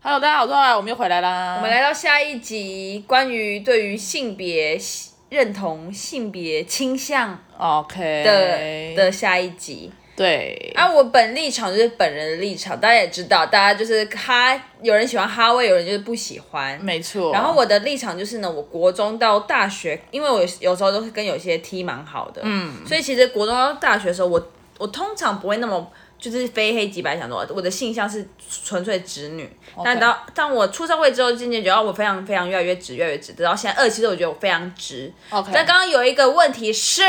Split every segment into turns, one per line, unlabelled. Hello，大家好，我是浩然我们又回来啦。
我们来到下一集，关于对于性别认同、性别倾向
OK
的的下一集。
对
啊，我本立场就是本人的立场，大家也知道，大家就是哈，有人喜欢哈味，有人就是不喜欢。
没错。
然后我的立场就是呢，我国中到大学，因为我有有时候都是跟有些 T 蛮好的，嗯，所以其实国中到大学的时候，我我通常不会那么就是非黑即白想说，我的性向是纯粹直女。但到但我出社会之后，渐渐觉得哦我非常非常越来越直，越来越直，直到现在二十七岁，我觉得我非常直。
OK，
但刚刚有一个问题是，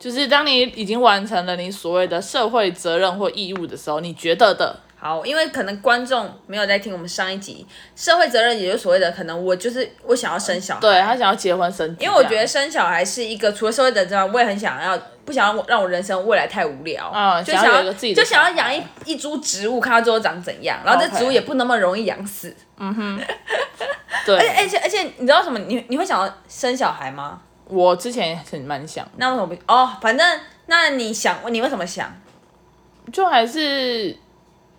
就是当你已经完成了你所谓的社会责任或义务的时候，你觉得的
好，因为可能观众没有在听我们上一集，社会责任，也就是所谓的可能我就是我想要生小孩，
对他想要结婚生子，因为
因为我觉得生小孩是一个除了社会责任之外，我也很想要，不想让我让我人生未来太无聊，
嗯
就
想要
想
有一个自己的
就想要
小孩哦
养一一株植物，看它最后长怎样，然后这
OK
植物也不那么容易养死。
对，
而且而且你知道什么？你你会想要生小孩吗？
我之前也很蛮想的，
那为什么不？哦，反正那你想，你为什么想
就还是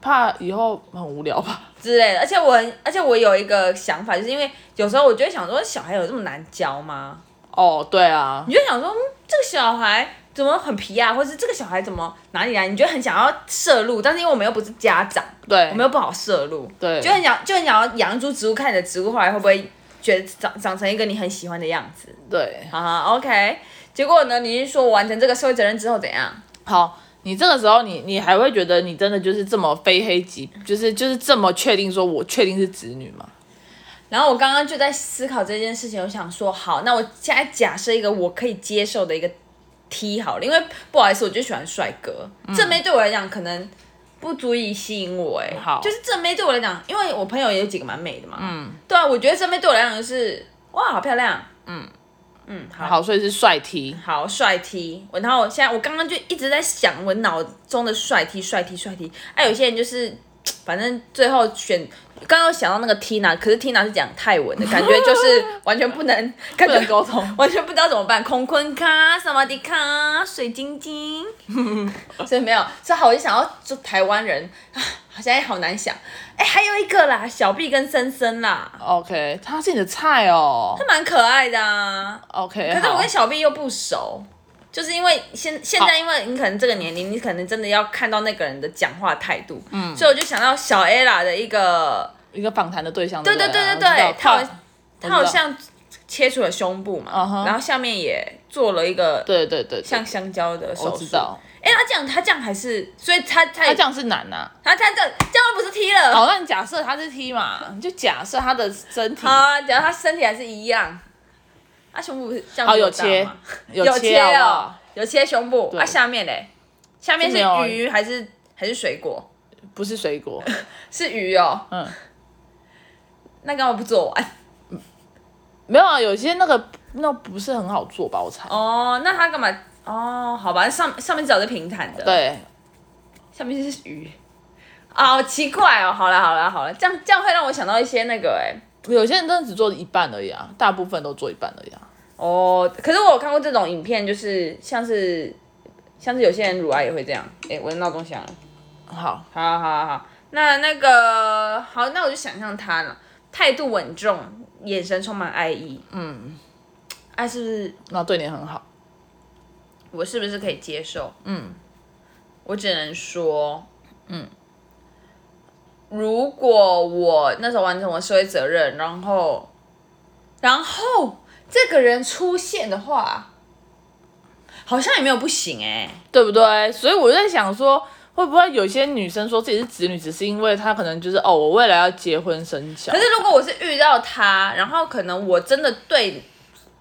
怕以后很无聊吧。
之类的？而且我很，而且我有一个想法，就是因为有时候我就会想说，小孩有这么难教吗？
哦，对啊，
你就想说，嗯，这个小孩怎么很皮啊，或是这个小孩怎么哪里来？你就很想要摄入，但是因为我们又不是家长，
对
我们又不好摄入，
对，
就很想就很想要养一株植物，看你的植物后来会不会觉得长长成一个你很喜欢的样子
对。
啊？OK，结果呢，你是说我完成这个社会责任之后怎样？
好，你这个时候你你还会觉得你真的就是这么非黑即，就是就是这么确定说我确定是子女吗？
然后我刚刚就在思考这件事情，我想说，好，那我现在假设一个我可以接受的一个 T 好了，因为不好意思，我就喜欢帅哥，
嗯
正妹对我来讲可能不足以吸引我、哎，
好
就是正妹对我来讲，因为我朋友也有几个蛮美的嘛，嗯，对啊，我觉得正妹对我来讲就是哇，好漂亮，嗯嗯，好。
好，所以是帅 T。
好帅 T，我然后我现在我刚刚就一直在想我脑中的帅 T 帅 T 帅 T，哎、有些人就是反正最后选，刚刚有想到那个 Tina，可是 Tina 是讲泰文的，感觉就是完全不能感觉
能沟通，
完全不知道怎么办。空坤卡、萨瓦迪卡、水晶晶，所以没有，所以好，我就想要做台湾人，啊，现在好难想。哎、还有一个啦，小毕跟森森啦，
OK，他是你的菜哦。
他蛮可爱的啊。
OK，
可是我
哎好
跟小 B 又不熟，就是因为现现在，因为你可能这个年龄，你可能真的要看到那个人的讲话态度，嗯，所以我就想到小 Ella 的一个，
一个访谈的对象。
对
对
对
不
对对
我知道
对，他好
跨
他
我
好
知道
像切除了胸部嘛
嗯哼
然后下面也做了一个
对对对，对
像香蕉的手
我
术
知。道，
哎、他这样他这样还是，所以他他
他
他
这样是哦男 呐、啊。
他这样这样不是踢了，
好，那你假设他是 T 嘛，你就假设他的身体
好啊，只要他身体还是一样，他胸部是这样
好哦有
多大
切
吗
有
有
切
切
好不
哦
好，
有切胸部。
对哦
啊，下面嘞，下面是
没有
鱼还是还是水果？
不是水果，
是鱼哦，
嗯，
那干嘛不做完？
没有啊，有些那个那不是很好做吧，我猜。
哦，那他干嘛？哦，好吧，上上面至少是平坦的，，
对，
下面是鱼。啊、好奇怪哦！好了好了好了，这样这样会让我想到一些那个哎、
有些人真的只做一半而已啊，大部分都做一半而已啊。
哦，可是我有看过这种影片，就是像是像是有些人乳癌也会这样。哎、我的闹钟响了。
好，
好好好好，那那个好，那我就想象他了，态度稳重，眼神充满爱意。嗯，爱是不是
那对你很好。
我是不是可以接受？嗯，我只能说，嗯，如果我那时候完成我社会责任，然后，然后这个人出现的话，好像也没有不行哎、
对不对？所以我就在想说，会不会有些女生说自己是子女，只是因为她可能就是哦，我未来要结婚生小
可，是如果我是遇到他，然后可能我真的对，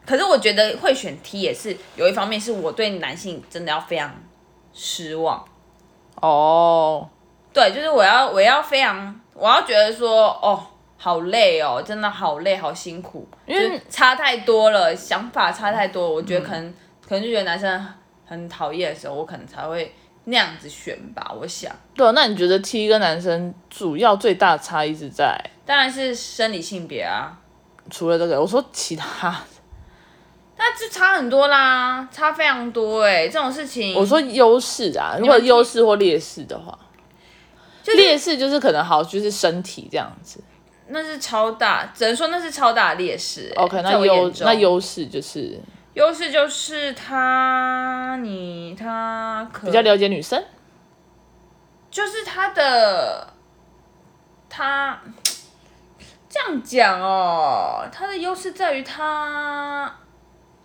可是我觉得会选 T 也是有一方面是我对男性真的要非常失望，
哦，
对，就是我要我要非常我要觉得说哦。好累哦，真的好累，好辛苦，因
为
差太多了，想法差太多了，我觉得可能、可能就觉得男生很讨厌的时候，我可能才会那样子选吧，我想。
对啊、那你觉得 T 跟男生主要最大的差异是在
当然是生理性别啊，
除了这个，我说其
嗯
他，
那就差很多啦，差非欸常多哎、这种事情。
我说优势啊，如
们
果优势或劣势的话，劣势就是可能好，就是身体这样子。
那是超大，只能说那是超大的劣势、欸
OK，
在
那
我眼
优
中
那优势就是
优势就是他，你他可
比较了解女生，
嗯就是他的他这样讲哦，他的优势在于他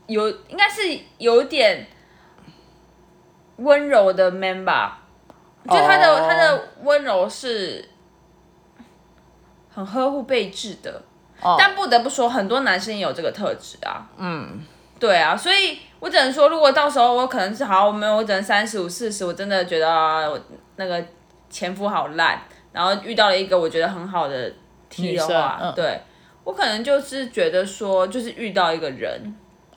有应该是有点温柔的 man 吧，就他的、
哦
他的温柔是很呵护备至的，
哦
但不得不说，很多男生也有这个特质啊。嗯，对啊，所以我只能说，如果到时候我可能是好，我没有，我只能三十五、四十，我真的觉得、啊、我那个前夫好烂，然后遇到了一个我觉得很好的 T 的话，
女生嗯
对我可能就是觉得说，就是遇到一个人，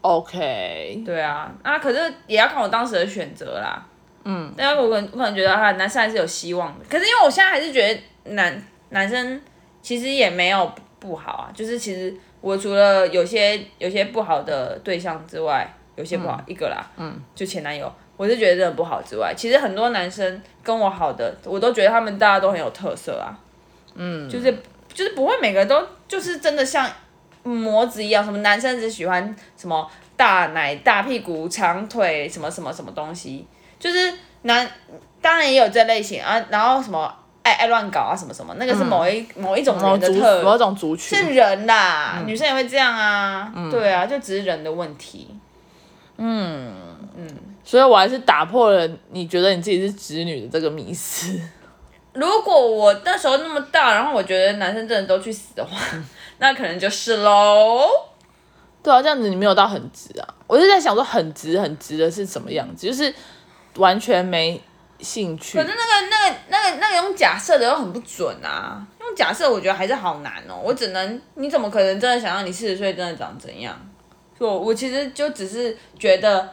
OK，
对啊，啊，可是也要看我当时的选择啦。嗯，但是我可能我可能觉得啊，男生还是有希望的。可是因为我现在还是觉得男男生其实也没有不好啊，就是其实我除了有些有些不好的对象之外，有些不好、一个啦，嗯，就前男友，我是觉得真的不好之外，其实很多男生跟我好的，我都觉得他们大家都很有特色啊，嗯，就是就是不会每个都就是真的像模子一样，什么男生只喜欢什么大奶、大屁股、长腿，什么什么什么东西，就是男当然也有这类型啊，然后什么爱爱乱搞啊，什么什么，那个是某一、某一种
嗯某
人的
族
特
某种嗯族群
是人啦，女生也会这样啊，
嗯
对啊，就只是人的问题。
所以我还是打破了你觉得你自己是直女的这个迷思。
如果我那时候那么大，然后我觉得男生真的都去死的话， 那可能就是喽。
对啊，这样子你没有到很直啊。我是在想说很直很直的是什么样子，就是完全没兴趣。
可是那个、那个、那个、那个用假设的又很不准啊，用假设我觉得还是好难哦。我只能，你怎么可能真的想让你四十岁真的长怎样？所以我我其实就只是觉得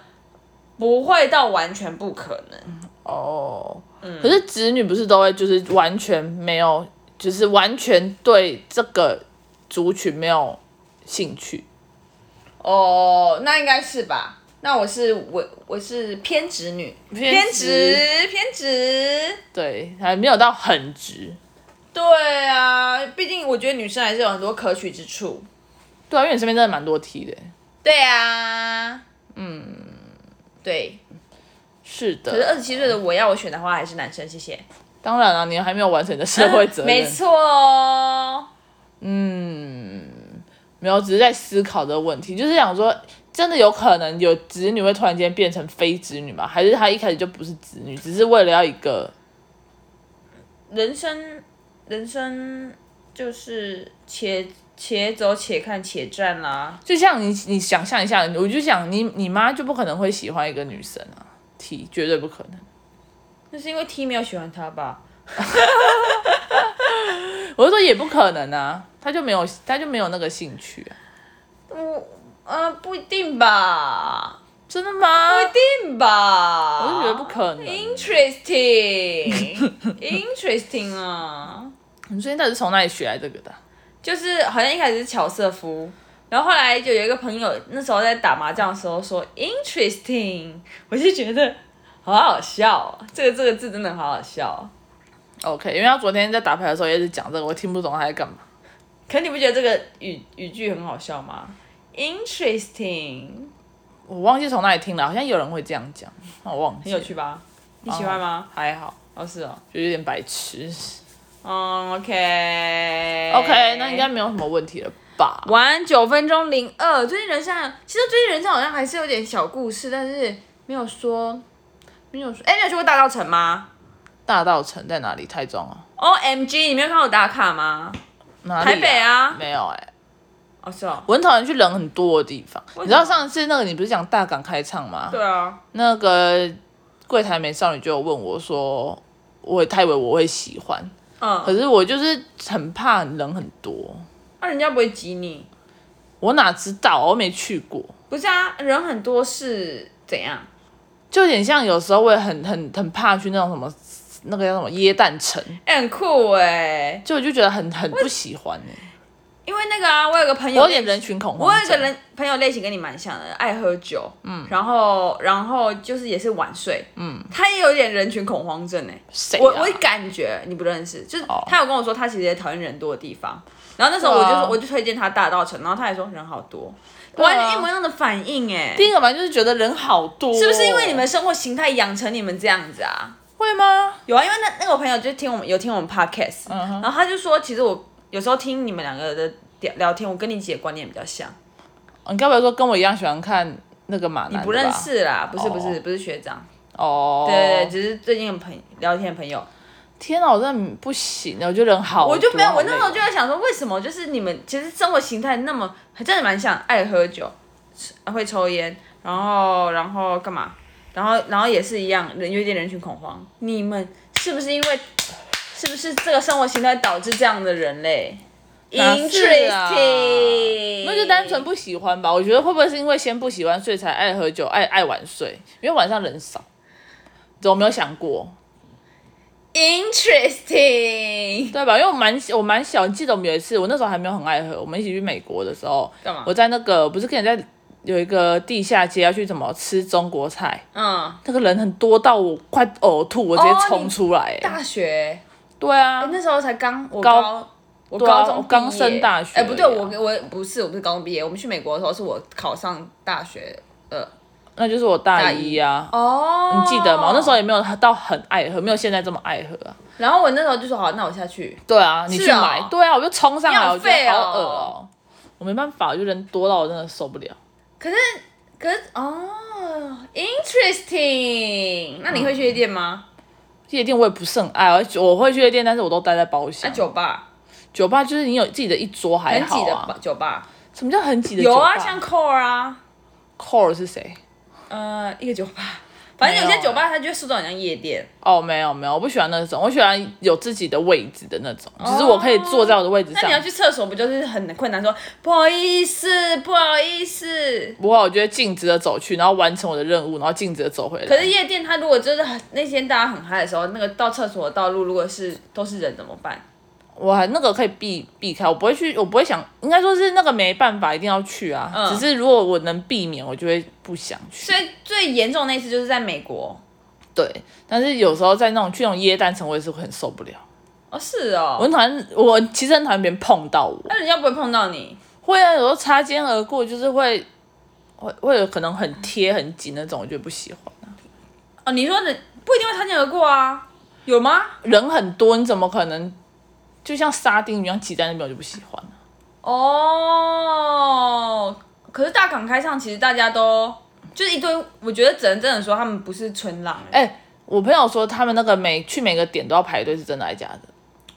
不会到完全不可能。
哦，可是直女不是都会就是完全没有，就是完全对这个族群没有兴趣。
哦，那应该是吧？那我是我我是偏执女，偏执偏执。
对，还没有到很直。
对啊，毕竟我觉得女生还是有很多可取之处。
对啊，因为你身边真的蛮多 T 的。欸
对啊，嗯，对。
是
可是
的，
二十七岁的我要我选的话，还是男生，谢谢。
当然了、你还没有完成你的社会责任。
呃没错哦。
没有，只是在思考这个问题，就是想说，真的有可能有子女会突然间变成非子女吗？还是他一开始就不是子女，只是为了要一个
人生，人生就是且且走且看且战啦。
就像你，你想象一下，我就想你，你妈就不可能会喜欢一个女生啊，T 绝对不可能。
那是因为 T 没有喜欢他吧？
我就说也不可能啊，她就没有，她就没有那个兴趣、啊，
我呃不一定吧，
真的吗？
不一定吧。
我就觉得不可能。
Interesting，interesting 啊，
你最近到底是从哪里学来这个的啊？
就是好像一开始是乔瑟夫，然后后来就有一个朋友那时候在打麻将的时候说 interesting，我就觉得好好笑哦，这个这个字真的好好笑哦。
OK，因为他昨天在打牌的时候也是讲这个，我听不懂他在干嘛。
可你不觉得这个语语句很好笑吗？Interesting，
我忘记从哪里听了，好像有人会这样讲，那我忘
很
记了。
有趣吧？你喜欢吗？
还好，
哦，是哦。
就有点白痴。
嗯，OK。
OK，那应该没有什么问题了吧？
玩九分钟零二。最近人上，其实最近人上好像还是有点小故事，但是没有说，没有说。哎、你有去过大稻城吗
大道城在哪里？台中啊？
？O 哦 M G，你没有看我打卡吗？
哪里、
台北啊
没有哎、
哦，是哦。
我很讨厌去人很多的地方。你知
什么
道上次那个你不是讲大港开唱吗？
对啊，
那个柜台美少女就有问我说，我他以为我会喜欢，
嗯，
可是我就是很怕人很多，
那、啊人家不会挤你。
我哪知道？我没去过，
不是啊，人很多是怎样？
就有点像有时候我也很很很怕去那种什么那个叫什么椰蛋城，
欸哎、很酷哎、
就我就觉得很很不喜欢哎、
因为那个啊，我有个朋友，
我有点人群恐
我
慌
有一
症。
个人朋友类型跟你蛮像的，爱喝酒，嗯，然后然后就是也是晚睡，嗯，他也有点人群恐慌症哎、
谁啊
我我感觉你不认识，就是
哦
他有跟我说他其实也讨厌人多的地方，然后那时候我就
对
说
啊
我就推荐他大道城，然后他也说人好多，
啊
完全一模一样的反应哎、
第一个反正就是觉得人好多哦、
是不是因为你们生活形态养成你们这样子啊？
会吗？
有啊，因为那那个我朋友就听我们有听我们 podcast，、然
嗯
后他就说，其实我有时候听你们两个的聊聊天，我跟你姐观念比较像，
哦你该不会说跟我一样喜欢看那个马男的吧？
不认识啦，不是
哦
不是、不是学长，
哦？
对对对，只是最近的朋聊天的朋友，
天啊，我真的不行，我觉得人好多，
我就没有，我那时
好
候
累
就在想说，为什么就是你们其实生活形态那么还真的蛮像，爱喝酒，吃会抽烟，然后然后干嘛，然后然后也是一样，人有点人群恐慌，你们是不是因为是不是这个生活形态导致这样的人类
哪是啊
？Interesting，
那就单
嗯
纯不喜欢吧。我觉得会不会是因为先不喜欢，所以才爱喝酒、爱爱晚睡？因为晚上人少，怎么没有想过？
interesting，
对吧？因为我蛮我蛮小，记得我们有一次，我那时候还没有很爱喝，我们一起去美国的时候，
干嘛
我在那个不是跟你在有一个地下街要去怎么吃中国菜，
嗯，
那个人很多到我快呕吐，我直接冲出来、欸
大学、
对啊，
那时候才刚我
高
高我
对啊
高中
我刚
毕业
升大学
哎、不对，
而已
我
啊
我不是我不是高中毕业，我们去美国的时候是我考上大学的
那就是我大
大
一
一
啊。
哦
你记得吗？我那时候也没有到很爱喝，没有现在这么爱喝啊。
然后我那时候就说好，那我下去。
对啊，你
是
去买。
哦
对啊，我就冲上
你
来，
好
我觉得
废哦
好恶哦、我没办法，我就人多到我真的受不了。
可是可是哦，interesting。那你会去夜店吗？
夜店我也不是很爱，而且我会去夜店，但是我都待在包
那、
厢。
啊酒吧
酒吧就是你有自己的一桌还
很
好
挤的
啊
吧。酒吧
什么叫很挤的酒
有
吧？
啊，像 Core 啊，
Core 是谁？
呃，一个酒吧， 反正有
没
些
有啊
酒吧它就会塑造很像夜店。
哦，没有没有，我不喜欢那种，我喜欢有自己的位置的那种，只是我可以坐在我的位置
哦那
上
你。要去厕所不就是很困难说？不好意思，不好意思。
不过我就会径直的走去，然后完成我的任务，然后径直的走回来。
可是夜店，它如果真的很那天大家很嗨的时候，那个到厕所的道路如果是都是人怎么办？
我还那个可以避避开，我不会去，我不会想，应该说是那个没办法，一定要去啊。
嗯
只是如果我能避免，我就会不想去。
最最严重的那次就是在美国
对，但是有时候在那种去那种耶诞城，我也是会很受不了。
哦，是
我
哦，
很讨厌，我其实很讨厌别人碰到我，
那人家不会碰到你，
会啊，有时候擦肩而过，就是会会会有可能很贴很紧那种，我就不喜欢啊、
哦，你说人不一定会擦肩而过啊，有吗？
人很多，你怎么可能就像沙丁鱼一样挤在那边，我就不喜欢啊、
哦，可是大港开唱，其实大家都就是一堆，我觉得只能真的说他们不是纯狼、哎，
哎、我朋友说他们那个每去每个点都要排队，是真的还假的？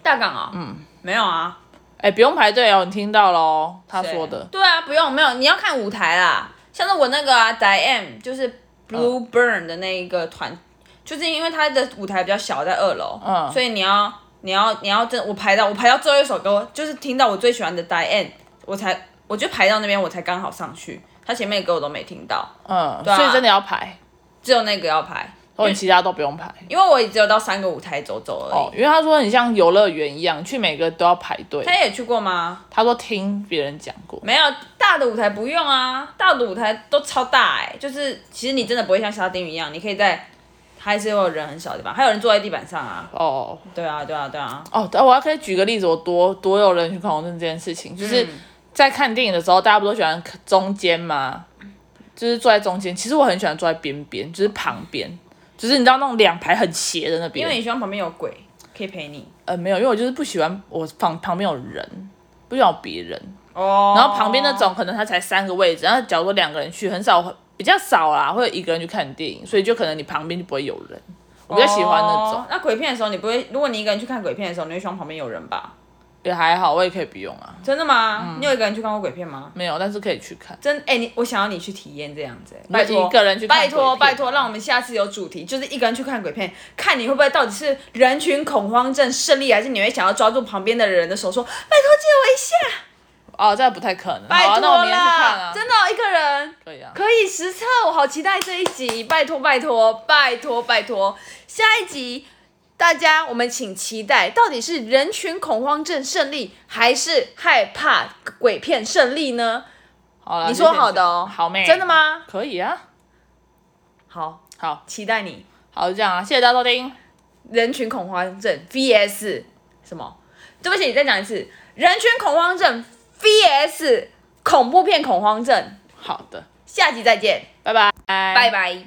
大港啊、嗯，没有啊，
哎、不用排队哦，你听到喽，他说的。
对啊，不用，没有，你要看舞台啦。像是我那个啊，Diam 就是
嗯
Blue Burn 的那一个团，就是因为它的舞台比较小，在二楼，
嗯
所以你要你要你要真我排到我排到最后一首歌，就是听到我最喜欢的 Diam，我才我就排到那边，我才刚好上去。他前面的歌我都没听到，
嗯，
啊
所以真的要排，
只有那个要排，
或者其他都不用排。
因为我也只有到三个舞台走走而
哦
已。，
因为他说很像游乐园一样，去每个都要排队
他。也去过吗？
他说听别人讲过，
没有大的舞台不用啊，大的舞台都超大哎、就是其实你真的不会像沙丁鱼一样，你可以在还是有人很少的地方，还有人坐在地板上啊。
哦
对啊，对啊，对啊。
哦，但我还可以举个例子，我多多有人去恐慌症这件事情，就是
嗯
在看电影的时候，大家不都喜欢中间吗？就是坐在中间，其实我很喜欢坐在边边，就是旁边，就是你知道那种两排很斜的那
因为
边。
你希望旁边有鬼可以陪你
呃，没有，因为我就是不喜欢我旁旁边有人，不喜欢有别人。
哦
然后旁边那种可能他才三个位置，然后假如说两个人去，很少比较少啦，会有一个人去看电影，所以就可能你旁边就不会有人。我比较喜欢那种，
哦那鬼片的时候，你不会，如果你一个人去看鬼片的时候，你会希望旁边有人吧？
也还好，我也可以不用啊，
真的吗？你有一个人去看过鬼片吗？
没有，但是可以去看。
真哎、你我想要你去体验这样子、哎拜
就
托
一个人去看
拜
鬼
托
片
拜托，让我们下次有主题，就是一个人去看鬼片，看你会不会到底是人群恐慌症胜利，还是你会想要抓住旁边的人的手说拜托借我一下，
哦，这样不太可能。
拜
好啊那我
托
明天去看
啦，
啊。
真的哦、一个人。
可以啊。
可以实测，我好期待这一集，拜托拜托拜托拜托，下一集大家我们请期待，到底是人群恐慌症胜利，还是害怕鬼片胜利呢？
好了，
你说好的哦，
好妹，
真的？吗？
可以啊，
好，
好，
期待你
好就这样啊，谢谢大家收听，
人群恐慌症 VS 什么？对不起，你再讲一次，人群恐慌症 VS 恐怖片恐慌症，
好的，
下集再见，
拜拜，拜
拜拜。